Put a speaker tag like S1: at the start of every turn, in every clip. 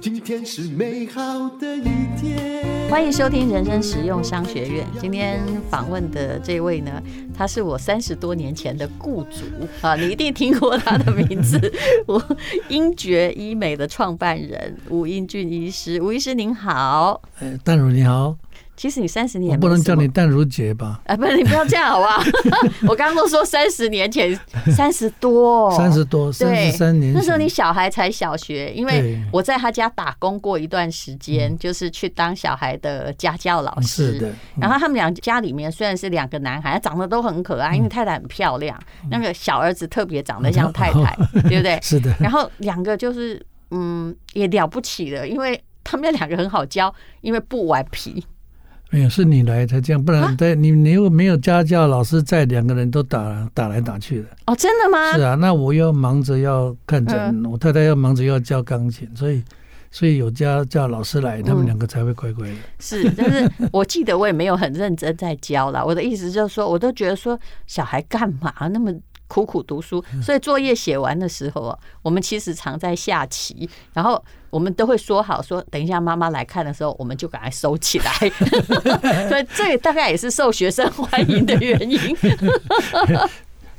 S1: 今天是美好的一天。
S2: 欢迎收听人生实用商学院。今天访问的这位呢，他是我三十多年前的雇主啊，你一定听过他的名字，吴英爵医美的创办人吴英俊医师。吴医师您好，
S3: 呃，淡如你好，
S2: 其实你三十年
S3: 我
S2: 也
S3: 不
S2: 没
S3: 能
S2: 什
S3: 叫
S2: 么
S3: 你淡如姐吧？
S2: 啊，不是你不要这样好不好？我刚刚都说三十 年前，三十多、哦，
S3: 三十多，三
S2: 对，
S3: 十三年前，
S2: 那时候你小孩才小学，因为
S3: 对
S2: 我在他家打工过一段时间，就是去当小孩的家教老
S3: 嗯
S2: 师。
S3: 是的，
S2: 然后他们俩家里面虽然是两个男孩，长得都很可
S3: 嗯
S2: 爱，因为太太很漂亮，那个小儿子特别长得像太 太，对不对？
S3: 是的，
S2: 然后两个就是嗯也了不起了，因为他们两个很好教，因为不顽皮。
S3: 没有哎是你来才这样，不
S2: 啊
S3: 然对你你又没有家教老师在，两个人都打打来打去的。
S2: 哦，真的吗？
S3: 是啊，那我要忙着要看
S2: 嗯
S3: 诊，我太太要忙着要教钢琴，所以所以有家教老师
S2: 嗯
S3: 来，他们两个才会乖乖的。
S2: 是，但是我记得我也没有很认真在教啦。我的意思就是说，我都觉得说小孩干嘛那么苦苦读书？所以作业写完的时候啊，我们其实常在下棋，然后我们都会说好说，等一下妈妈来看的时候，我们就赶快收起来。 所以这大概也是受学生欢迎的原因。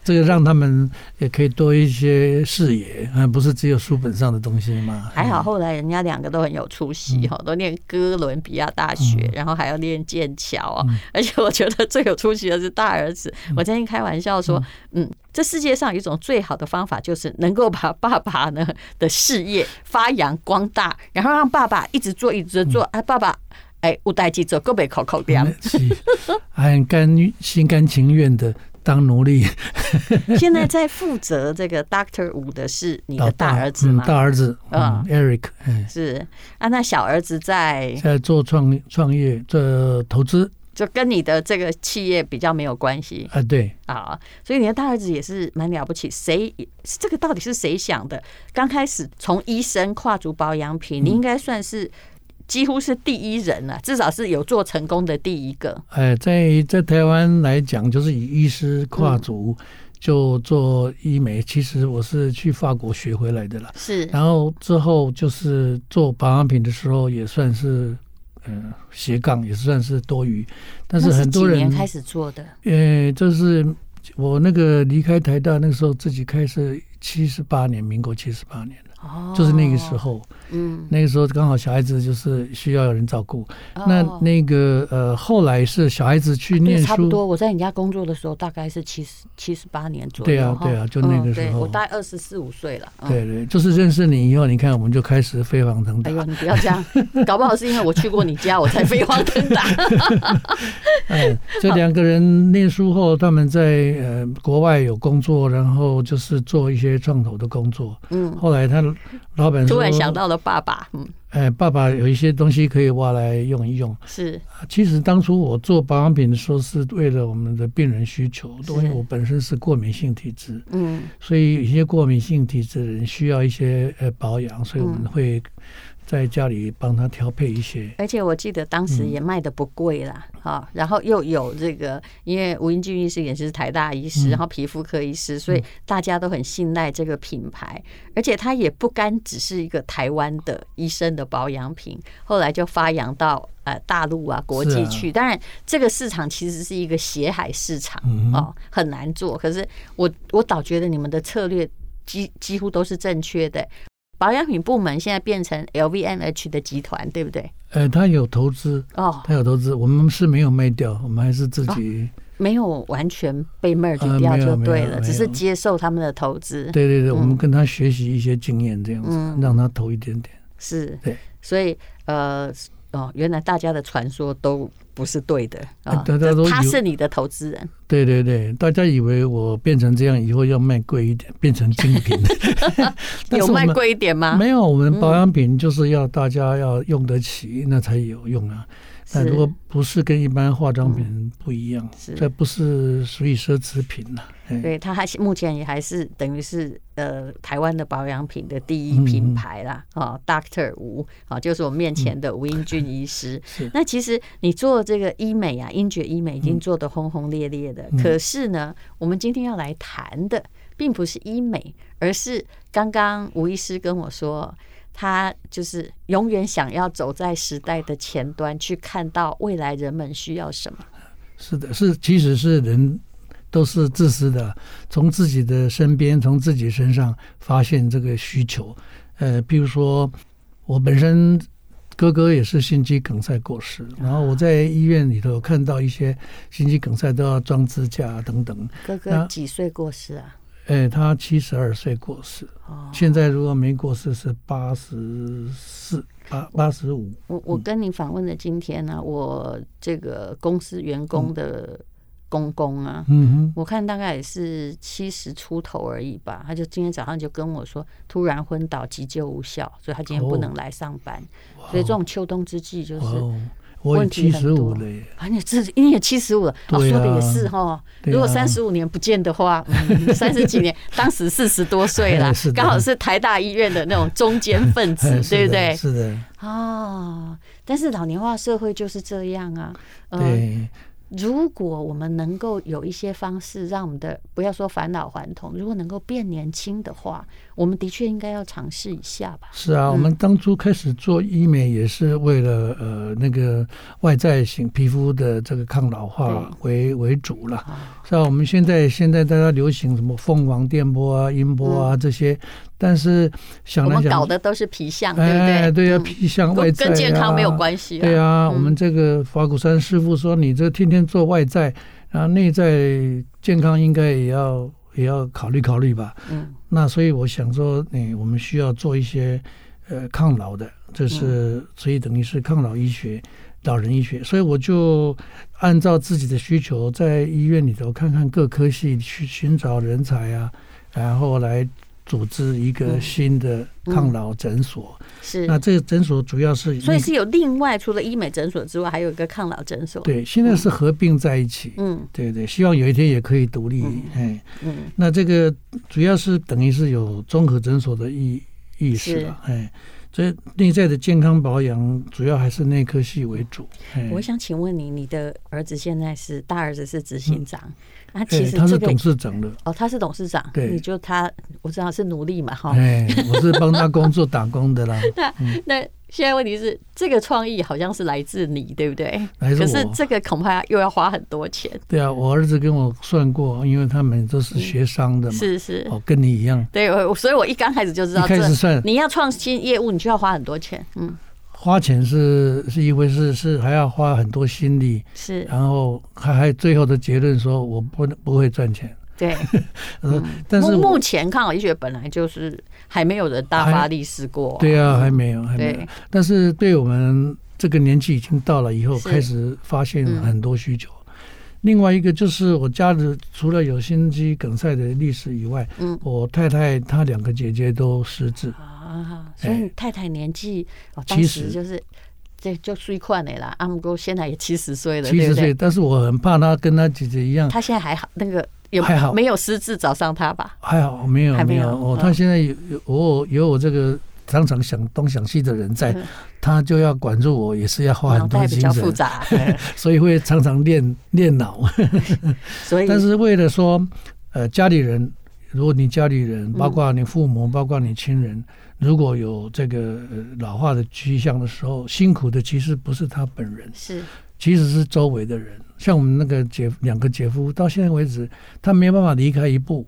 S3: 这个让他们也可以多一些视野，啊，不是只有书本上的东西嘛。
S2: 还好后来人家两个都很有出息哈，都念哥伦比亚大学，然后还要念剑桥啊。而且我觉得最有出息的是大儿子，我曾经开玩笑说，嗯，这世界上有一种最好的方法，就是能够把爸爸呢的事业发扬光大，然后让爸爸一直做，一直做，哎，爸爸。哎，有代志做，够被扣扣掉。
S3: 嗯是，还很甘心甘情愿的当奴隶。
S2: 现在在负责这个 Doctor 五的是你的大儿子
S3: 嗯
S2: 吗？
S3: 大儿子，
S2: 啊
S3: 嗯，Eric，哎，
S2: 是啊，那小儿子在
S3: 现在做创创业做投资
S2: 就跟你的这个企业比较没有关系。
S3: 啊，对，
S2: 啊，所以你的大儿子也是蛮了不起。谁这个到底是谁想的？刚开始从医生跨足保养
S3: 嗯
S2: 品，你应该算是几乎是第一人了、至少是有做成功的第一个。
S3: 哎，在在台湾来讲，就是以医师
S2: 嗯
S3: 跨足。就做医美，其实我是去法国学回来的啦。
S2: 是
S3: 然后之后就是做保养品的时候，也算是嗯斜杠，也算是多余。但是
S2: 那
S3: 很多
S2: 几
S3: 人
S2: 年开始做的，
S3: 呃，就是我那个离开台大那个时候，自己开始七十八年，民国七十八年，
S2: 哦，
S3: 就是那个时，候，
S2: 嗯，
S3: 那个时候刚好小孩子就是需要有人照顾。那
S2: 哦啊
S3: 那个呃，后来是小孩子去
S2: 对
S3: 念
S2: 差不
S3: 书，
S2: 多。我在你家工作的时候，大概是七十七十八年左右。
S3: 对啊
S2: 哈
S3: 对啊就那
S2: 嗯
S3: 个时
S2: 对
S3: 候
S2: 我大概二十四五岁了。嗯
S3: 对对，就是认识你以后，你看我们就开始飞黄腾达
S2: 哎。呦，你不要这样，搞不好是因为我去过你家，我才飞黄腾 达。
S3: 哎，这两个人念书后，他们在呃国外有工作，然后就是做一些创投的工作。
S2: 嗯，
S3: 后来他老板
S2: 突然
S3: 说
S2: 想，到了爸爸，嗯，
S3: 哎，爸爸有一些东西可以挖来用一用。
S2: 是
S3: 其实当初我做保养品的时候，是为了我们的病人需求，
S2: 是
S3: 因为我本身是过敏性体质，
S2: 嗯。
S3: 所以有些过敏性体质的人需要一些呃保养，所以我
S2: 嗯
S3: 们会在家里帮他调配一些。
S2: 而且我记得当时也卖的不贵啦，哈、然后又有这个，因为吴英俊医师也是台大医师，然后皮肤科医师，所以大家都很信赖这个品牌，而且它也不甘只是一个台湾的医生的保养品，后来就发扬到呃大陆啊国际去。当然，这个市场其实是一个血海市场、哦，很难做。可是我我倒觉得你们的策略几几乎都是正确的。保养品部门现在变成 LVMH 的集团，对不对？
S3: 呃，他有投资，
S2: 哦，
S3: 他有投资，我们是没有卖掉，我们还是自己。
S2: 没有完全被 merge
S3: 呃
S2: 掉
S3: 没
S2: 就
S3: 有
S2: 对
S3: 没有
S2: 了，
S3: 没
S2: 只是
S3: 有
S2: 接受他们的投资。
S3: 对对对，我们跟他学习一些经验，这样子、
S2: 嗯
S3: 让他投一点点。
S2: 是
S3: 对，
S2: 所以呃，哦，原来大家的传说都不是对的啊
S3: 哎，大家都
S2: 这他
S3: 以为
S2: 是你的投资人，
S3: 对对对，大家以为我变成这样以后要卖贵一点，变成精 品。 但是
S2: 有
S3: 我
S2: 卖
S3: 们
S2: 贵一点吗？
S3: 没有，我们保养品就是要大家要用得起，那才有用啊。但
S2: 是嗯
S3: 如果不是跟一般化妆品不一样，
S2: 是
S3: 这不是属于奢侈品了、哎
S2: 对，它还是目前也还是等于是呃台湾的保养品的第
S3: 嗯
S2: 一品牌啦，啊、d o c t o r 吴啊，就是我们面前的吴英俊医师。
S3: 嗯 是嗯
S2: 那其实你做这个医美啊，英爵医美已经做得轰轰烈烈的，可是呢，我们今天要来谈的并不是医美，而是刚刚吴医师跟我说。他就是永远想要走在时代的前端，去看到未来人们需要什么。
S3: 是的，是其实是人都是自私的，从自己的身边，从自己身上发现这个需求。呃，比如说我本身哥哥也是心肌梗塞过世，然后我在医院里头看到一些心肌梗塞都要装支架等等。
S2: 哥哥
S3: 那
S2: 几岁过世啊？
S3: 哎，他七十二岁过世，
S2: 哦，
S3: 现在如果没过世是八十四、八八十五。
S2: 我我跟你访问的今天呢、我这个公司员工的公公啊，
S3: 嗯
S2: 我看大概也是七十出头而已吧，他就今天早上就跟我说，突然昏倒，急救无效，所以他今天不
S3: 哦
S2: 能来上班。
S3: 哼，
S2: 所以这种秋冬之际就
S3: 哇
S2: 是，
S3: 哦，我也
S2: 问题
S3: 七
S2: 很
S3: 十
S2: 多
S3: 五了耶。
S2: 啊，你这你也七十五了，哦，
S3: 对
S2: 说的也
S3: 啊
S2: 是哈。
S3: 对
S2: 如果
S3: 啊，
S2: 三十五年不见的话，嗯三十、几年，当时四十多岁了
S3: 是的
S2: 刚好是台大医院的那种中间分子
S3: 哎 ，是
S2: 对不
S3: 的
S2: 对？
S3: 是的，
S2: 哦，但是老年化社会就是这样啊。呃，
S3: 对。
S2: 如果我们能够有一些方式，让我们的不要说返老还童，如果能够变年轻的话，我们的确应该要尝试一下吧。
S3: 是啊，我们当初开始做医美也是为了呃那个外在型皮肤的这个抗老化为为主了。
S2: 啊，
S3: 像我们现在现在大家流行什么凤凰电波啊、音波啊这些，但是想
S2: 嗯我
S3: 来
S2: 们搞
S3: 想，
S2: 的都是皮相，对不
S3: 哎，
S2: 对？
S3: 对呀、
S2: 嗯
S3: 皮相外
S2: 跟
S3: 在、啊、
S2: 跟健康没有关系
S3: 对
S2: 啊。
S3: 啊，我们这个法鼓山师傅说，你这天天做外在，然后内在健康应该也要也要考虑考虑吧。
S2: 嗯，
S3: 那所以我想说，嗯，我们需要做一些呃抗老的，这
S2: 嗯
S3: 是所以等于是抗老医学、老人医学。所以我就按照自己的需求，在医院里头看看各科系去寻找人才啊，然后来组织一个
S2: 嗯
S3: 新的抗老诊所。
S2: 是。
S3: 那这个诊所主要是以
S2: 所以是有另外除了医美诊所之外，还有一个抗老诊所。，
S3: 对，现在是合并在一起。
S2: 嗯
S3: 对对，希望有一天也可以独立。
S2: 嗯
S3: 哎，
S2: 嗯，
S3: 那这个主要是等于是有综合诊所的意意识了，哎，所以内在的健康保养主要还是内科系为主。哎
S2: 我想请问你，你的儿子现在是大儿子是执行长，那
S3: 哎
S2: 其实
S3: 他是
S2: 这个
S3: 董事长的，
S2: 哦，他是董事长，
S3: 对
S2: 你就他，我知道是奴隶嘛，哈。
S3: 哎，我是帮他工作打工 的啦。
S2: 那那现在问题是，这个创意好像是来自你，对不对？
S3: 来自
S2: 可
S3: 我
S2: 是这个恐怕又要花很多钱，
S3: 对啊，我儿子跟我算过，因为他们都是学商的嘛，
S2: 嗯是是，
S3: 哦，跟你一样，
S2: 对，我所以我一刚开始就知道
S3: 一开始
S2: 这
S3: 算
S2: 你要创新业务，你就要花很多钱，嗯，
S3: 花钱是是一回事，是还要花很多心力，
S2: 是
S3: 然后还还最后的结论说我不不会赚钱，
S2: 对。嗯
S3: 呃， 但是
S2: 目
S3: 我
S2: 目前抗老医学本来就是还没有人大发力试过，
S3: 对啊，还没有，还没有
S2: 对。
S3: 但是对我们这个年纪已经到了以后，
S2: 是
S3: 开始发现
S2: 嗯
S3: 很多需求。另外一个就是我家里除了有心肌梗塞的历史以外，
S2: 嗯
S3: 我太太她两个姐姐都失智，
S2: 啊，所以
S3: 哎
S2: 你太太年纪哦，当
S3: 七
S2: 时
S3: 十
S2: 就是这就最快的啦，阿姆哥现在也七十岁了，
S3: 七
S2: 对
S3: 十
S2: 不对
S3: 岁，？但是我很怕她跟她姐姐一样，
S2: 他现在还好，那个有
S3: 还好
S2: 没有失智找上他吧？
S3: 还好没有
S2: 还没
S3: 没
S2: 有
S3: 有哦
S2: 嗯，
S3: 她现在有有我有我这个。常常想东想西的人在
S2: 嗯，
S3: 她就要管住我，也是要花
S2: 脑
S3: 很多
S2: 袋比
S3: 精
S2: 较复
S3: 神，
S2: 杂，哎
S3: 所以会常常练练脑。
S2: 所以
S3: 但是为了说，呃，家里人，如果你家里人，
S2: 嗯
S3: 包括你父母，包括你亲人，如果有这个、呃老化的趋向的时候，辛苦的其实不是他本人，
S2: 是
S3: 其实是周围的人。像我们那个姐两个姐夫，到现在为止，他没有办法离开一步，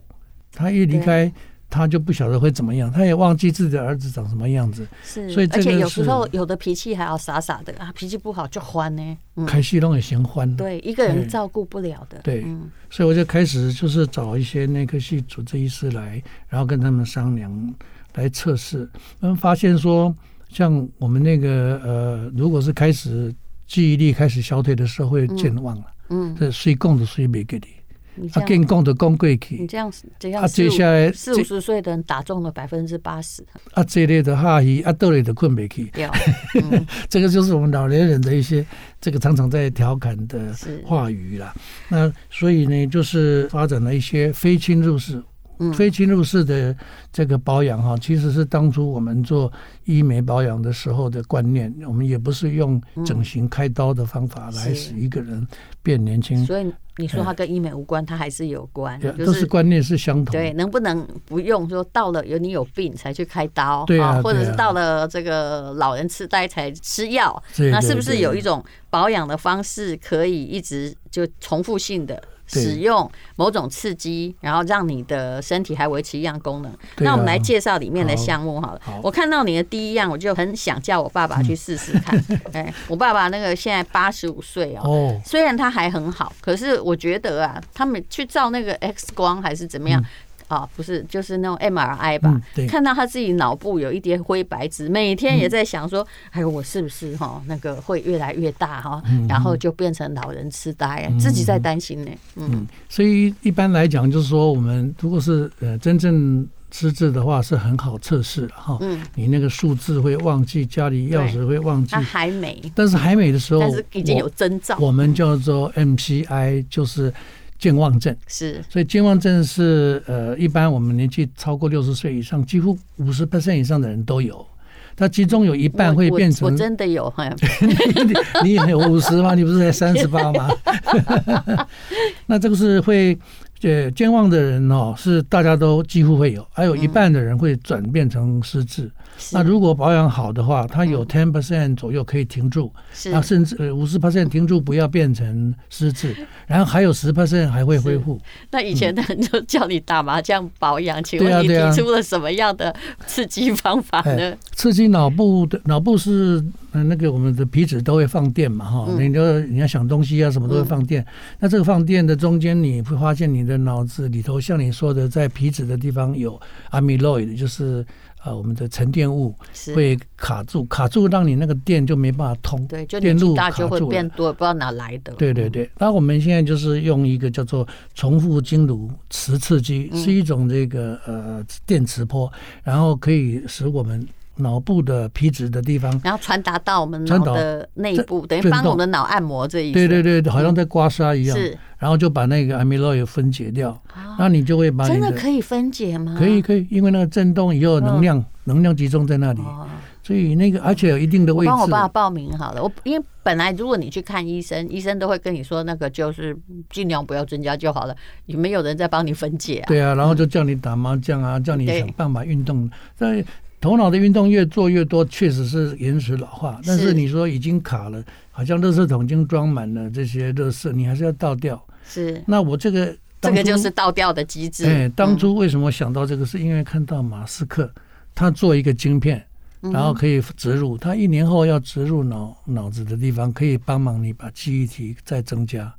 S3: 他一离
S2: 对
S3: 开，他就不晓得会怎么样，他也忘记自己的儿子长什么样子。
S2: 是，
S3: 所以这
S2: 而且
S3: 个
S2: 有时
S3: 是
S2: 候有的脾气还要傻傻的啊，脾气不好就欢呢，嗯，
S3: 开西龙也行欢，
S2: 对，一个人
S3: 嗯
S2: 照顾不了的，
S3: 对
S2: 嗯，
S3: 所以我就开始就是找一些内科系主治医师来，然后跟他们商量来测试。他们发现说，像我们那个呃，如果是开始记忆力开始消退的时候，会健忘了，
S2: 嗯
S3: 这睡供的睡没给你。
S2: 你这
S3: 啊，跟
S2: 样，
S3: 讲的讲过
S2: 你
S3: 去，
S2: 这样，这
S3: 啊
S2: 样，
S3: 接下来
S2: 四五十岁的人打中了百分之八十，
S3: 啊，这类的哈伊啊，豆类的困不去，
S2: 掉
S3: 这个就是我们老年人的一些这个常常在调侃的
S2: 是
S3: 话语啦。那所以呢，就是发展了一些非侵入式。
S2: 嗯
S3: 非侵入式的这个保养哈，其实是当初我们做医美保养的时候的观念，我们也不是用整形开刀的方法来
S2: 嗯是
S3: 使一个人变年轻，
S2: 所以你说它跟医美无关，它还是有关，
S3: 也
S2: 就
S3: 嗯都是观念是相同的。
S2: 对，能不能不用说到了有你有病才去开刀，
S3: 对啊
S2: 或者
S3: 对啊
S2: 是到了这个老人痴呆才吃药，
S3: 对
S2: 那
S3: 对
S2: 是不是
S3: 对
S2: 有一种保养的方式可以一直就重复性的
S3: 对
S2: 使用某种刺激，然后让你的身体还维持一样功能？
S3: 对啊
S2: 那我们来介绍里面的
S3: 好
S2: 项目好了
S3: 好。
S2: 我看到你的第一样，我就很想叫我爸爸去试试看。 哎，我爸爸那个现在八十五岁哦，
S3: 哦，
S2: 虽然它还很好，可是我觉得啊，他们去照那个 X 光还是怎么样。啊，不是，就是那种 MRI 吧，
S3: 嗯对嗯
S2: 看到他自己脑部有一叠灰白质，每天也在想说，哎呦，我是不是哈那个会越来越大哈，
S3: 嗯
S2: 然后就变成老人痴呆，自己在担心呢。嗯，
S3: 所以一般来讲，就是说我们如果是呃真正失智的话，是很好测试的哈。
S2: 嗯，
S3: 你那个数字会忘记，家里钥匙会忘记
S2: 他，还没，
S3: 但是还没的时候，
S2: 但是已经有
S3: 我
S2: 征兆，
S3: 我们叫做 MCI，就是健忘症。
S2: 是
S3: 所以健忘症是呃，一般我们年纪超过六十岁以上，几乎五十 percent 以上的人都有。它其中有一半
S2: 我
S3: 会
S2: 我
S3: 变成
S2: 我真的有， 嘿
S3: 你也有五十吗？你不是才三十八吗？ 那这个是会呃健忘的人哦，是大家都几乎会有，还有一半的人会转变成失智。
S2: 是
S3: 那如果保养好的话，他有 ten percent 左右可以停住，
S2: 是
S3: 啊，甚至五十 percent 停住，不要变成失智，然后还有十 percent 还会恢复。
S2: 那以前的人就叫你打麻将保养，请
S3: 对啊
S2: 问你
S3: 对啊
S2: 提出了什么样的刺激方法呢
S3: 哎？，刺激脑部的脑部是呃那个我们的皮质都会放电嘛哈，
S2: 嗯
S3: 你就你要想东西啊什么都会放电。那这个放电的中间，你会发现你的脑子里头，像你说的，在皮质的地方有 amyloid，就是呃我们的沉淀物
S2: 是
S3: 会卡住，卡住让你那个电就没办法通，
S2: 对，就
S3: 电
S2: 年纪
S3: 路
S2: 大
S3: 卡
S2: 就
S3: 住
S2: 会
S3: 了。
S2: 变多，不知道哪来的。嗯
S3: 对对对，那我们现在就是用一个叫做重复经颅磁刺激，
S2: 嗯
S3: 是一种这个呃电磁波，然后可以使我们脑部的皮质的地方，
S2: 然后传达到我们
S3: 传
S2: 脑
S3: 导
S2: 的内部，等于
S3: 震
S2: 帮我
S3: 动
S2: 们的脑按摩这一
S3: 对对对，好像在刮痧一样，
S2: 是啊
S3: 然后就把那个 amyloid 分解掉，那你就会把
S2: 真
S3: 你
S2: 的
S3: 的
S2: 可以分解吗？
S3: 可以可以，因为那个震动以后能量、能量集中在那里，
S2: 哦，
S3: 所以那个而且有一定的
S2: 我
S3: 位置。
S2: 帮我爸报名好了。我因为本来如果你去看医生，医生都会跟你说那个就是尽量不要增加就好了，也没有人在帮你分解啊。
S3: 对啊，然后就叫你打麻将啊，叫你
S2: 嗯对
S3: 想办法运动。但头脑的运动越做越多，确实是延迟老化。但
S2: 是
S3: 是你说已经卡了，好像垃圾桶已经装满了这些垃圾，你还是要倒掉。
S2: 是，
S3: 那我这个
S2: 这
S3: 当
S2: 个
S3: 初
S2: 就是倒掉的机制。嗯
S3: 哎，当初为什么想到这个？是因为看到马斯克他做一个晶片，
S2: 嗯
S3: 然后可以植入，他一年后要植入脑脑子的地方，可以帮忙你把记忆体再增加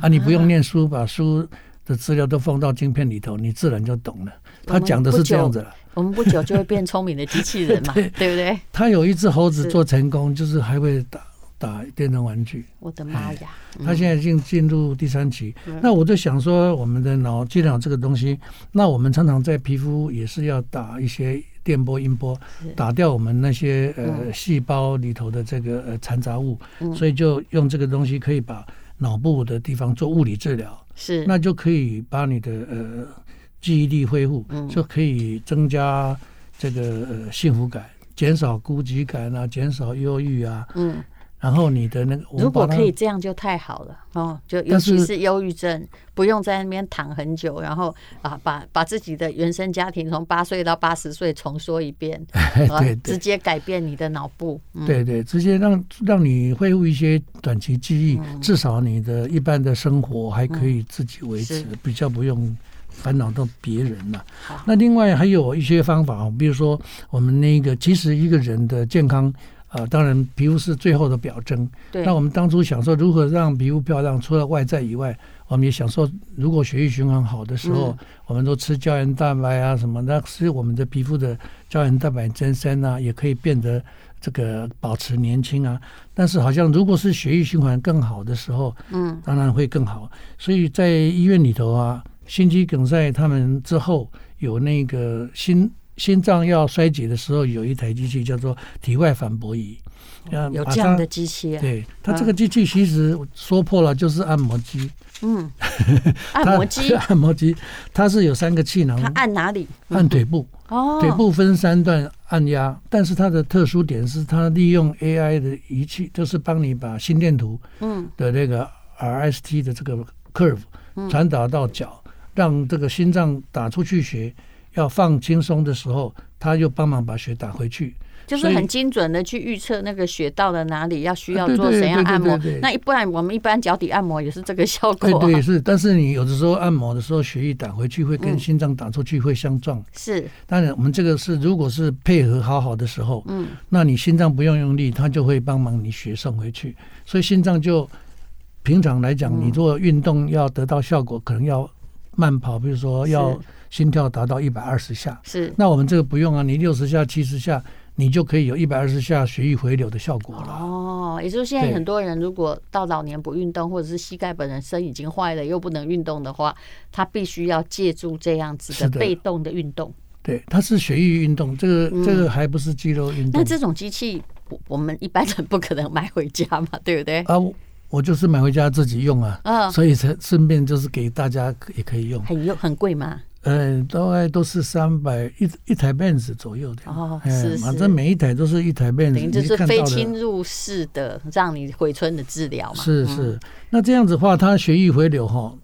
S3: 啊，你不用念书，把书的资料都放到晶片里头，你自然就懂了。他讲的是这样子了。
S2: 我们不久就会变聪明的机器人 嘛，对不对？
S3: 他有一只猴子
S2: 是
S3: 做成功，就是还会打打电动玩具。
S2: 我的妈呀！
S3: 他现在
S2: 嗯
S3: 已经进入第三期。那我就想说，我们的脑既然有这个东西，那我们常常在皮肤也是要打一些电波、音波，打掉我们那些
S2: 嗯
S3: 呃细胞里头的这个呃残杂物，所以就用这个东西可以把脑部的地方做物理治疗，
S2: 是
S3: 那就可以把你的呃记忆力恢复，
S2: 嗯
S3: 就可以增加这个呃幸福感。减少孤寂感啊，减少忧郁啊，
S2: 嗯，
S3: 然后你的那个，我
S2: 如果
S3: 把它
S2: 可以这样就太好了哦，就尤
S3: 但
S2: 其
S3: 是
S2: 是忧郁症，不用在那边躺很久，然后啊，把把自己的原生家庭从八岁到八十岁重说一 遍，啊
S3: 对对
S2: 直接改变你的脑部，嗯，
S3: 对对，直接让让你恢复一些短期记忆，
S2: 嗯
S3: 至少你的一般的生活还可以自己维持，
S2: 是
S3: 比较不用烦恼到别人了、
S2: 好
S3: 那另外还有一些方法，比如说我们那个，其实一个人的健康。啊、当然，皮肤是最后的表征。
S2: 对
S3: 那我们当初想说，如何让皮肤漂亮，除了外在以外，我们也想说，如果血液循环好的时候，
S2: 嗯
S3: 我们都吃胶原蛋白啊什么，那是我们的皮肤的胶原蛋白增生啊，也可以变得这个保持年轻啊。但是好像如果是血液循环更好的时候，
S2: 嗯，
S3: 当然会更好。所以在医院里头啊，心肌梗塞他们之后有那个心心脏要衰竭的时候，有一台机器叫做体外反搏仪，啊
S2: 哦有
S3: 把
S2: 这
S3: 它
S2: 样的机器、啊，
S3: 对它这个机器其实说破了就是按摩机，
S2: 嗯，
S3: 它
S2: 按摩机，
S3: 按摩机，它是有三个气囊，
S2: 它按哪里？
S3: 按腿部，
S2: 哦，
S3: 腿部分三段按压，但是它的特殊点是它利用 AI 的仪器，就是帮你把心电图
S2: 嗯
S3: 的那个 RST 的这个 curve 传导到脚，让这个心脏打出去血要放轻松的时候，它又帮忙把血打回去。
S2: 就是
S3: 所以
S2: 很精准的去预测那个血到了哪里，要需要
S3: 啊对
S2: 做
S3: 对
S2: 怎样
S3: 对对
S2: 按摩
S3: 对对。
S2: 那一不然我们一般脚底按摩也是这个效果
S3: 对
S2: 啊、
S3: 哎对是，但是你有的时候按摩的时候，血液打回去会
S2: 嗯
S3: 跟心脏打出去会相撞。
S2: 是
S3: 当然，我们这个是如果是配合好好的时候，
S2: 嗯，
S3: 那你心脏不用用力，它就会帮忙你血送回去，所以心脏就平常来讲，
S2: 嗯
S3: 你做运动要得到效果，可能要慢跑，比如说
S2: 是
S3: 要心跳达到一百二十下，
S2: 是
S3: 那我们这个不用啊，你六十下、七十下，你就可以有一百二十下血液回流的效果了。
S2: 哦，也就是现在
S3: 对
S2: 很多人如果到老年不运动，或者是膝盖本身已经坏了又不能运动的话，他必须要借助这样子
S3: 是
S2: 的
S3: 的
S2: 被动的运动。
S3: 对，它是血液运动，这个、
S2: 嗯
S3: 这个还不是肌肉运
S2: 那
S3: 动
S2: 这种机器，我我们一般人不可能买回家嘛，对不对？
S3: 啊。我我就是买回家自己用啊，
S2: 嗯
S3: 所以才顺便就是给大家也可以用。
S2: 很用很贵嘛，
S3: 呃，大概都是三百一一台 Benz 左右的
S2: 哦
S3: 哎
S2: 是
S3: 反
S2: 是
S3: 正每一台都是一台
S2: 等
S3: Benz，
S2: 于
S3: 嗯你
S2: 就是
S3: 看
S2: 非
S3: 到的
S2: 侵入式的让你回春的治疗嘛。
S3: 是啊
S2: 嗯
S3: 是，那这样子的话，它血液回流哈，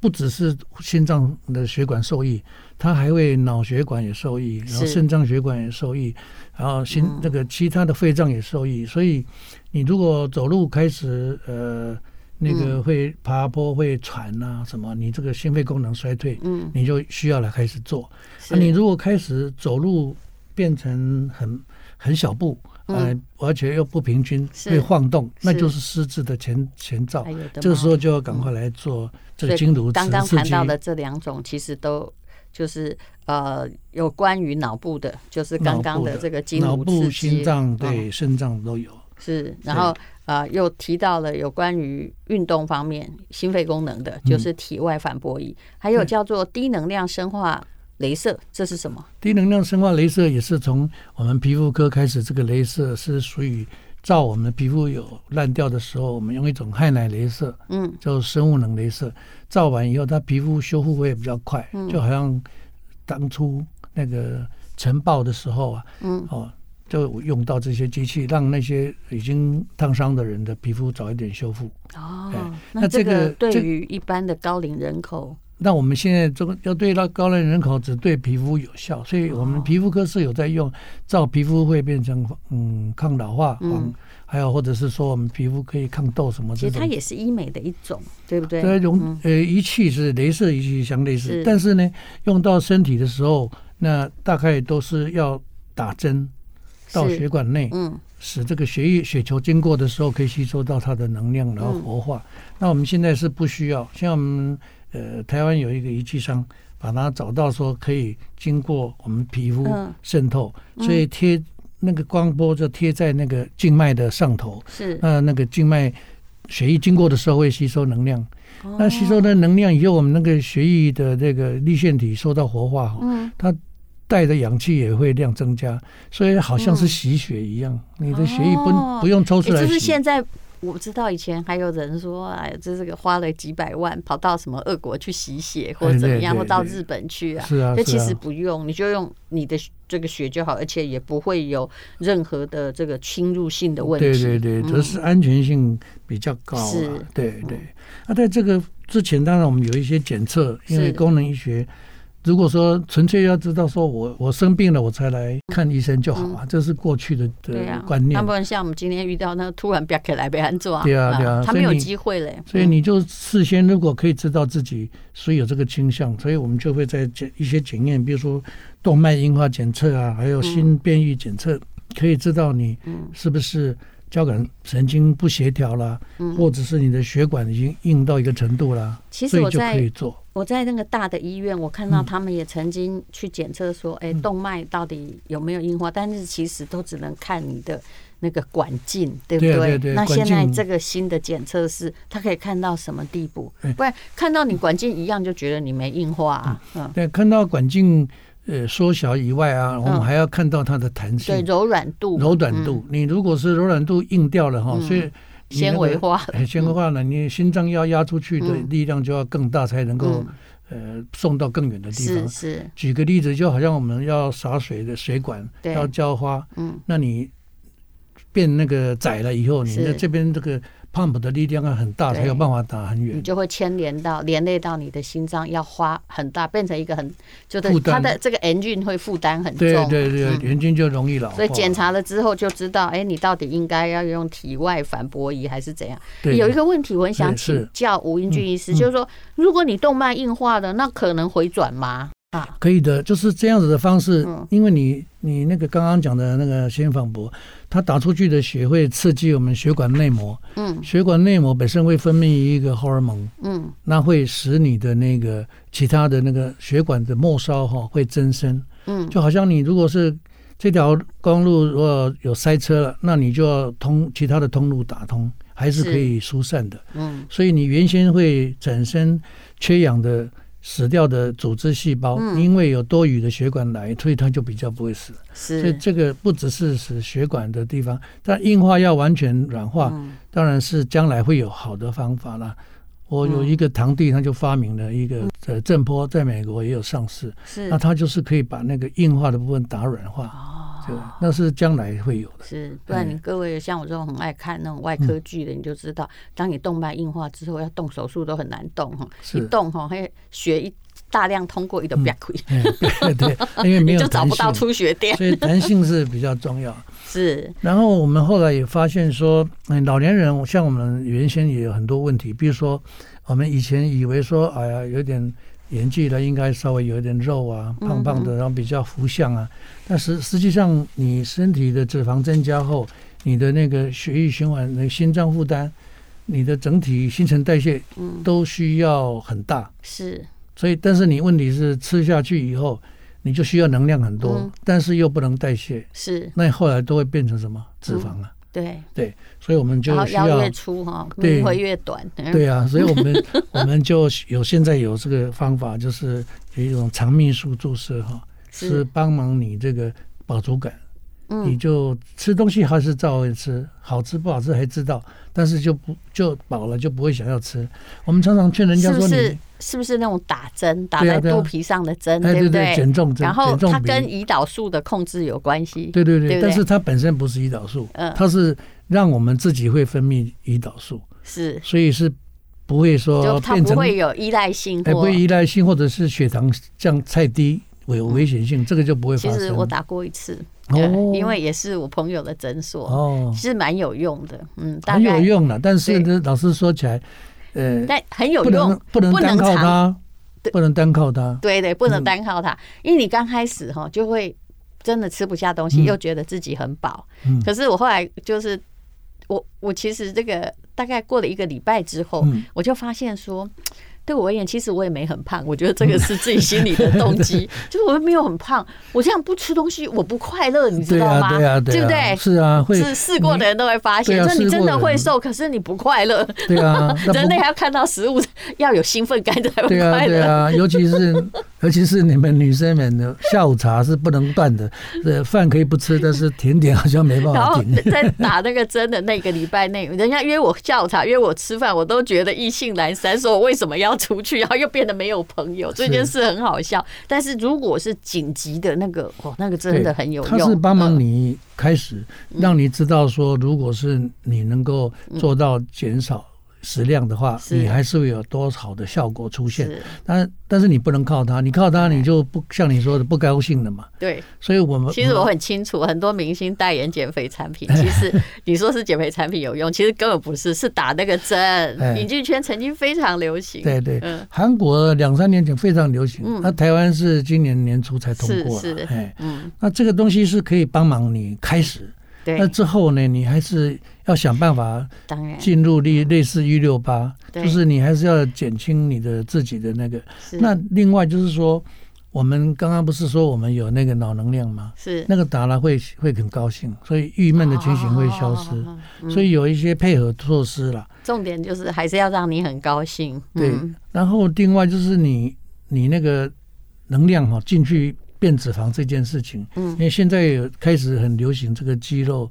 S3: 不只是心脏的血管受益，它还会脑血管也受益，然后
S2: 是嗯
S3: 肾脏血管也受益，然后心那个其他的肺脏也受益。所以你如果走路开始呃那
S2: 嗯
S3: 个会爬坡、会喘啊什么，你这个心肺功能衰退，
S2: 嗯，
S3: 你就需要来开始做。
S2: 是
S3: 那啊你如果开始走路变成很很小步，呃，而且又不平均，
S2: 嗯是
S3: 会晃动，那
S2: 是
S3: 就是失智的前前兆
S2: 哎呦我的。
S3: 这个
S2: 妈
S3: 时候就要赶快来做这
S2: 所以
S3: 个经颅磁
S2: 刚刚
S3: 刺
S2: 谈
S3: 激。
S2: 到的这两种，其实都就是呃有关于脑部的，就是刚刚的这个经
S3: 脑
S2: 颅
S3: 部
S2: 刺
S3: 的、
S2: 激，
S3: 心脏、
S2: 哦
S3: 对肾脏都有。
S2: 是，然后呃又提到了有关于运动方面心肺功能的，
S3: 嗯
S2: 就是体外反搏仪，还有叫做低能量生化镭射，这是什么？
S3: 低能量生化镭射也是从我们皮肤科开始，这个镭射是属于照我们的皮肤有烂掉的时候，我们用一种氦奶镭射，
S2: 嗯，
S3: 就生物能镭射，照完以后，它皮肤修复会比较快，
S2: 嗯
S3: 就好像当初那个晨爆的时候啊，
S2: 嗯，
S3: 哦，就用到这些机器，让那些已经烫伤的人的皮肤早一点修复。
S2: 哦
S3: 哎，
S2: 那
S3: 那
S2: 这
S3: 这
S2: 个
S3: 个
S2: 对
S3: 这
S2: 于一般的高龄人口，
S3: 那我们现在这个要对到高龄人口只对皮肤有效，所
S2: 哦
S3: 以我们皮肤科是有在用照皮肤会变成嗯抗老化黄，还有或者是说我们皮肤可以抗痘什么
S2: 其
S3: 啊
S2: 实
S3: 这
S2: 它
S3: 种。
S2: 也是医美的一种，对不对？
S3: 对，
S2: 嗯
S3: 容呃仪器是镭射仪器相类似
S2: 是，
S3: 但是呢，用到身体的时候，那大概都是要打针到
S2: 是
S3: 血管内，
S2: 嗯，
S3: 使这个血液血球经过的时候可以吸收到它的能量，然后
S2: 嗯
S3: 活化。那我们现在是不需要，像我们呃台湾有一个仪器商，把它找到说可以经过我们皮肤
S2: 嗯
S3: 渗透，所以贴那个光波就贴在那个静脉的上头，
S2: 是。
S3: 那那个静脉血液经过的时候会吸收能量。
S2: 哦
S3: 那吸收的能量以后，我们那个血液的这个立腺体受到活化哈，
S2: 嗯
S3: 它带的氧气也会量增加，所以好像是洗血一样，你的血液不、
S2: 嗯哦
S3: 不用抽出
S2: 也
S3: 来
S2: 就是
S3: 洗
S2: 现。在，我知道以前还有人说，哎，这是个花了几百万跑到什么俄国去洗血，或者怎么样，
S3: 哎对对
S2: 或到日本去啊。
S3: 是啊
S2: 这
S3: 是
S2: 其
S3: 啊
S2: 实不用，你就用你的这个血就好，而且也不会有任何的这个侵入性的问题。
S3: 对对对，
S2: 嗯
S3: 只是安全性比较高啊
S2: 是。嗯
S3: 对对，那、在这个之前，当然我们有一些检测，因为
S2: 是
S3: 功能医学，如果说纯粹要知道说我我生病了我才来看医生就好啊，这是过去的
S2: 嗯对
S3: 的
S2: 啊，
S3: 观念。
S2: 那不然像我们今天遇到那突然不要给来被安做
S3: 对啊对啊
S2: 他
S3: 所
S2: 没
S3: 以
S2: 有
S3: 你
S2: 机会嘞。
S3: 所以你就事先如果可以知道自己所以有这个倾向，所以我们就会在检一些检验，比如说动脉硬化检测啊，还有心变异检测，可以知道你是不是交感神经不协调啦，或者是你的血管已经硬到一个程度啦，
S2: 嗯其实
S3: 所以
S2: 我
S3: 就
S2: 在
S3: 可以做。
S2: 我在那个大的医院，我
S3: 嗯
S2: 看到他们也曾经去检测说，哎、动脉到底有没有硬化？但是其实都只能看你的那个管径，对不
S3: 对啊对啊对啊
S2: 那
S3: 管
S2: 现
S3: 径
S2: 在这个新的检测是，它可以看到什么地步
S3: 哎？
S2: 不然看到你管径一样就觉得你没硬化、啊，嗯，
S3: 对，看到管径呃缩小以外啊，我们
S2: 嗯
S3: 还要看到它的弹
S2: 对，
S3: 性、
S2: 柔软度，嗯
S3: 柔软度。你如果是柔软度硬掉了哈，所以你那
S2: 纤
S3: 个
S2: 维化
S3: 哎纤维化呢，你心脏要压出去的
S2: 嗯
S3: 力量就要更大，才能够呃送到更远的地
S2: 是
S3: 方。
S2: 是，
S3: 举个例子，就好像我们要洒水的水管
S2: 对
S3: 要浇花，
S2: 嗯，
S3: 那你变那个窄了以后，你
S2: 是
S3: 的这边这个 pump 的力量要很大，
S2: 对
S3: 才有办法打很
S2: 你
S3: 远。
S2: 就会牵连到连累到你的心脏，要花很大，变成一个很就是
S3: 负
S2: 它
S3: 担
S2: 的这个 engine 会负担很重
S3: 对
S2: 啊，
S3: 对对，
S2: 嗯
S3: 眼睛就容易老化。
S2: 所以检查了之后就知道，哎，你到底应该要用体外反搏仪还是怎样？
S3: 对
S2: 有一个问题，我很想
S3: 对是
S2: 请教吴英俊医师，
S3: 嗯嗯
S2: 就是说，如果你动脉硬化了，那可能回转吗？啊，
S3: 可以的，就是这样子的方式，
S2: 嗯
S3: 因为你你那个刚刚讲的那个先仿搏，它打出去的血会刺激我们血管内膜，
S2: 嗯
S3: 血管内膜本身会分泌一个荷尔蒙，
S2: 嗯，
S3: 那会使你的那个其他的那个血管的末梢哈会增生，
S2: 嗯
S3: 就好像你如果是这条公路如果有塞车了，那你就要通其他的通路打通，还是
S2: 是
S3: 可以疏散的。
S2: 嗯
S3: 所以你原先会产生缺氧的死掉的组织细胞，
S2: 嗯
S3: 因为有多余的血管来，所以它就比较不会死。所以
S2: 是，
S3: 这个不只是使血管的地方，但硬化要完全软化，
S2: 嗯
S3: 当然是将来会有好的方法啦。我
S2: 嗯
S3: 有一个堂弟，他就发明了一个呃震波，在美国也有上市，
S2: 是
S3: 那他就是可以把那个硬化的部分打软化，
S2: 哦
S3: 对，那是将来会有的。
S2: 是，不然
S3: 哎
S2: 你各位像我这种很爱看那种外科剧的，你就知道，
S3: 嗯
S2: 当你动脉硬化之后，要动手术都很难动哈，
S3: 是
S2: 一动哈，嘿，血一大量通过，一个
S3: 嗯
S2: 啪溃，
S3: 哎对 对，因为
S2: 你
S3: 没有
S2: 就找
S3: 弹
S2: 不到
S3: 性，
S2: 出血点，
S3: 所以弹性是比较重要。
S2: 是，
S3: 然后我们后来也发现说，嗯，老年人像我们原先也有很多问题，比如说我们以前以为说，哎呀，有点年纪了，应该稍微有一点肉啊，胖胖的，然后比较浮相啊。但实实际上，你身体的脂肪增加后，你的那个血液循环、那个心脏负担、你的整体新陈代谢
S2: 嗯，
S3: 都需要很大。
S2: 是。
S3: 所以，但是你问题是吃下去以后，你就需要能量很多，
S2: 嗯
S3: 但是又不能代谢，
S2: 是
S3: 那后来都会变成什么脂肪啊？
S2: 对，
S3: 对，所以我们就
S2: 然后
S3: 需
S2: 腰
S3: 要
S2: 越粗哈，
S3: 对
S2: 命会越短。嗯，
S3: 对 啊，所以我们我们就有现在有这个方法，就是有一种肠泌素注射哈，
S2: 是
S3: 是帮忙你这个饱足感，你
S2: 嗯，
S3: 就吃东西还是照样吃，好吃不好吃还知道，但是就不就饱了就不会想要吃。我们常常劝人家
S2: 是不
S3: 说你，
S2: 是是不是那种打针打
S3: 对啊
S2: 在
S3: 对啊
S2: 肚皮上的针，
S3: 哎
S2: 不
S3: 对
S2: 对？
S3: 减重，
S2: 然后
S3: 减重
S2: 它
S3: 比
S2: 跟胰岛素的控制有关系。
S3: 对对对，
S2: 对不对
S3: 但是它本身不是胰岛素，
S2: 嗯
S3: 它是让我们自己会分泌胰岛素，
S2: 是，
S3: 所以是不会
S2: 就
S3: 说
S2: 它
S3: 呃变
S2: 不
S3: 成
S2: 会有依赖性
S3: 哎，不
S2: 或。
S3: 会依赖性，或者是血糖降太低，有危险性，这个就不会
S2: 嗯
S3: 发
S2: 其
S3: 生。
S2: 实我打过一次，
S3: 哦
S2: 对，因为也是我朋友的诊所，
S3: 哦，
S2: 是蛮有用的。嗯，大
S3: 很有
S2: 概
S3: 用了，但是
S2: 对
S3: 呢，老师说起来，呃，
S2: 但很有
S3: 不能
S2: 用，
S3: 不能
S2: 不
S3: 单
S2: 能
S3: 靠
S2: 长
S3: 它，
S2: 对
S3: 不能单靠它，
S2: 对对，不能
S3: 嗯
S2: 单靠它，因为你刚开始哈就会真的吃不下东西，
S3: 嗯
S2: 又觉得自己很饱。
S3: 嗯
S2: 可是我后来就是我我其实这个大概过了一个礼拜之后，
S3: 嗯
S2: 我就发现说。对我而言，其实我也没很胖，我觉得这个是自己心里的动 机，就是我又没有很胖，我这样不吃东西，我不快乐，你知
S3: 对
S2: 道
S3: 啊，
S2: 吗？
S3: 对啊，
S2: 对
S3: 对
S2: 不
S3: 啊，
S2: 对？
S3: 是啊，会，
S2: 是试过的人都会发现，
S3: 对啊
S2: 说你
S3: 试
S2: 真
S3: 过的
S2: 的
S3: 人
S2: 会瘦，可是你不快乐。
S3: 对啊，那
S2: 人类
S3: 不，
S2: 要看到食物要有兴奋感才会
S3: 对啊，
S2: 快
S3: 对
S2: 乐。
S3: 啊，尤其是 尤其是你们女生们的下午茶是不能断的，呃，饭可以不吃，但是甜点好像没办
S2: 然
S3: 法
S2: 后
S3: 停。
S2: 在打那个针的那个礼拜内，人家约我下午茶、约我吃饭，我都觉得意兴阑珊，说我为什么要出去，然后又变得没有朋友，这件事很好笑。但是如果是紧急的那个，哦，那个真的很有用。
S3: 它是帮忙
S2: 嗯
S3: 你开始，让你知道说，如果是你能够做到减少食量的话，
S2: 是
S3: 你还是会有多好的效果出现。
S2: 是
S3: 但但是你不能靠它，你靠它你就不像你说的不高兴了嘛。
S2: 对，
S3: 所以我们
S2: 其实我很清楚，很多明星代言减肥产品，其实你说是减肥产品有用，其实根本不是，是打那个
S3: 哎
S2: 针。影剧圈曾经非常流行，
S3: 对对
S2: 嗯，
S3: 韩国两三年前非常流行，那台湾是今年年初才通过
S2: 是
S3: 了
S2: 是，
S3: 哎，
S2: 嗯，
S3: 那这个东西是可以帮忙你开始，
S2: 对
S3: 那，之后呢，你还是要想办法
S2: 当然
S3: 进入类类似一六八，
S2: 嗯对
S3: 就是你还是要减轻你的自己的那个。
S2: 是
S3: 那另外就是说，我们刚刚不是说我们有那个脑能量吗？
S2: 是
S3: 那个打了会会很高兴，所以郁闷的情形会消失。
S2: 哦
S3: 所以有一些配合措施啦，
S2: 重点就是还是要让你很高兴。
S3: 对
S2: 嗯、。
S3: 然后另外就是你你那个能量哈、进去变脂肪这件事情，
S2: 嗯
S3: 因为现在有开始很流行这个肌肉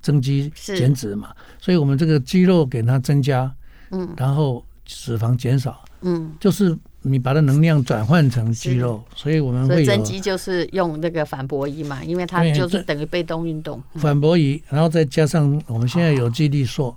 S3: 增肌
S2: 是
S3: 减脂嘛，所以我们这个肌肉给它增加，
S2: 嗯
S3: 然后脂肪减少，
S2: 嗯，
S3: 就是你把它能量转换成肌
S2: 是
S3: 肉，所以我们
S2: 所
S3: 会
S2: 以增
S3: 有啊
S2: 肌就是用那个反驳仪嘛，因为它
S3: 对
S2: 就是
S3: 这
S2: 等于被动运动。
S3: 反驳仪，然后再加上我们现在有肌力硕，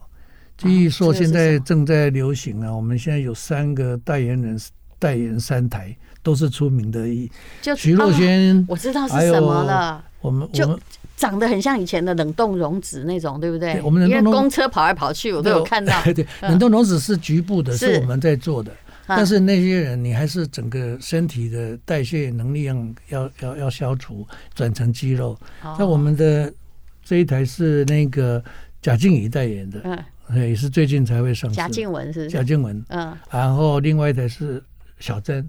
S3: 肌力硕
S2: 哦这个是什
S3: 现在
S2: 么
S3: 正在流行啊。我们现在有三个代言人，代言三台都是出名的医，
S2: 就
S3: 徐若
S2: 哦
S3: 瑄，哎
S2: 我知道是
S3: 还有
S2: 什么了，
S3: 我们
S2: 就
S3: 我们
S2: 长得很像以前的冷冻溶脂那种，对不对？
S3: 对我们冷
S2: 因
S3: 冻
S2: 为
S3: 溶
S2: 公车跑来跑去，我都有看到。 嗯
S3: 对，冷冻溶脂是局部的，
S2: 是嗯
S3: 是我们在做的。但是那些人，你还是整个身体的代谢能力要要要要消除，转成肌肉。
S2: 哦
S3: 那我们的这一台是那个贾静怡代言的，呃
S2: 嗯，
S3: 也是最近才会上市。
S2: 贾静雯是不
S3: 贾
S2: 是？
S3: 静雯，
S2: 嗯，
S3: 然后另外一台是小珍，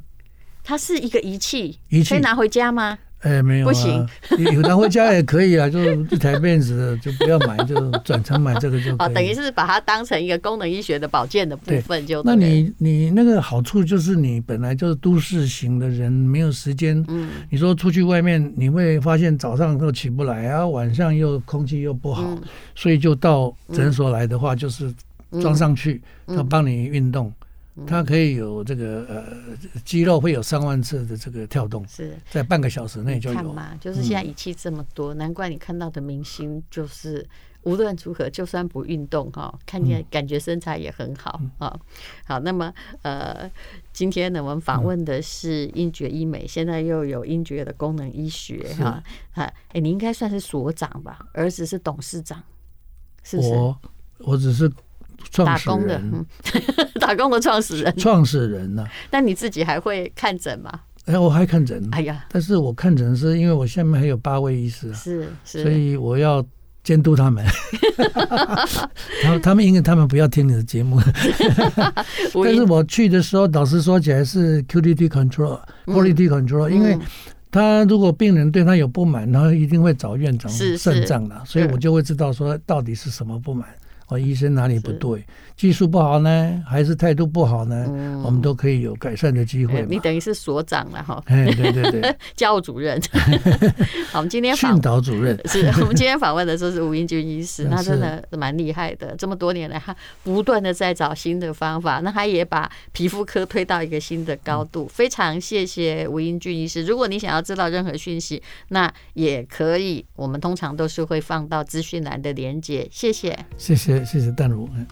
S2: 它是一个仪器，
S3: 仪器
S2: 可以拿回家吗？
S3: 哎，没有、啊，
S2: 不行，
S3: 有拿回家也可以啊，就是一台面子的就不要买，就转成买这个就可
S2: 哦，
S3: 以。
S2: 等于是把它当成一个功能医学的保健的部
S3: 对
S2: 分就
S3: 那
S2: 对了
S3: 你你那个好处就是你本来就是都市型的人，没有时间。
S2: 嗯
S3: 你说出去外面，你会发现早上都起不来啊，晚上又空气又不好，
S2: 嗯
S3: 所以就到诊所来的话，就是装上去，
S2: 嗯
S3: 他帮你运动，他可以有这个呃肌肉会有三万次的这个跳动，
S2: 是。
S3: 在半个小时内
S2: 你
S3: 就
S2: 看
S3: 有。
S2: 嘛，就是现在仪器这么多，难怪你看到的明星就是无论如何，就算不运动
S3: 嗯
S2: 哈，看见感觉身材也很好啊、好，那么呃，今天呢，我们访问的是英爵医美，现在又有英爵的功能医学哈啊，哎、你应该算是所长吧？儿子是董事长，是不是？
S3: 我我只是创
S2: 打
S3: 始
S2: 工的，
S3: 人
S2: 嗯， 打工的创始人，
S3: 创始人呐、
S2: 但你自己还会看诊吗？
S3: 哎，我还看诊，
S2: 哎呀，
S3: 但是我看诊是因为我下面还有八位医师啊，
S2: 是是，
S3: 所以我要监督 他们。他们他们因为他们不要听你的节目，
S2: 无
S3: 但
S2: 疑
S3: 是我去的时候，老实说起来是 QDT control、quality control，因为
S2: 嗯
S3: 他如果病人对他有不满，他一定会找院长
S2: 是是
S3: 算账的，所以我就会知道说到底是什么不满，我医生哪里不对，技术不好呢，还是态度不好呢？我们都可以有改善的机会
S2: 哎嗯你
S3: 嘛。
S2: 等于是所长了哈。
S3: 哎，对对 对，
S2: 教务主 任。好，我们今天访
S3: 训导主任
S2: 是我们今天访问的就是吴英军医师，
S3: 嗯
S2: 他真的蛮厉害的。这么多年来，他不断的在找新的方法，那他也把皮肤科推到一个新的高
S3: 嗯
S2: 度。非常谢谢吴英俊医师。如果你想要知道任何讯息，那也可以，我们通常都是会放到资讯栏的连接。谢谢。
S3: 谢谢谢谢淡如。嗯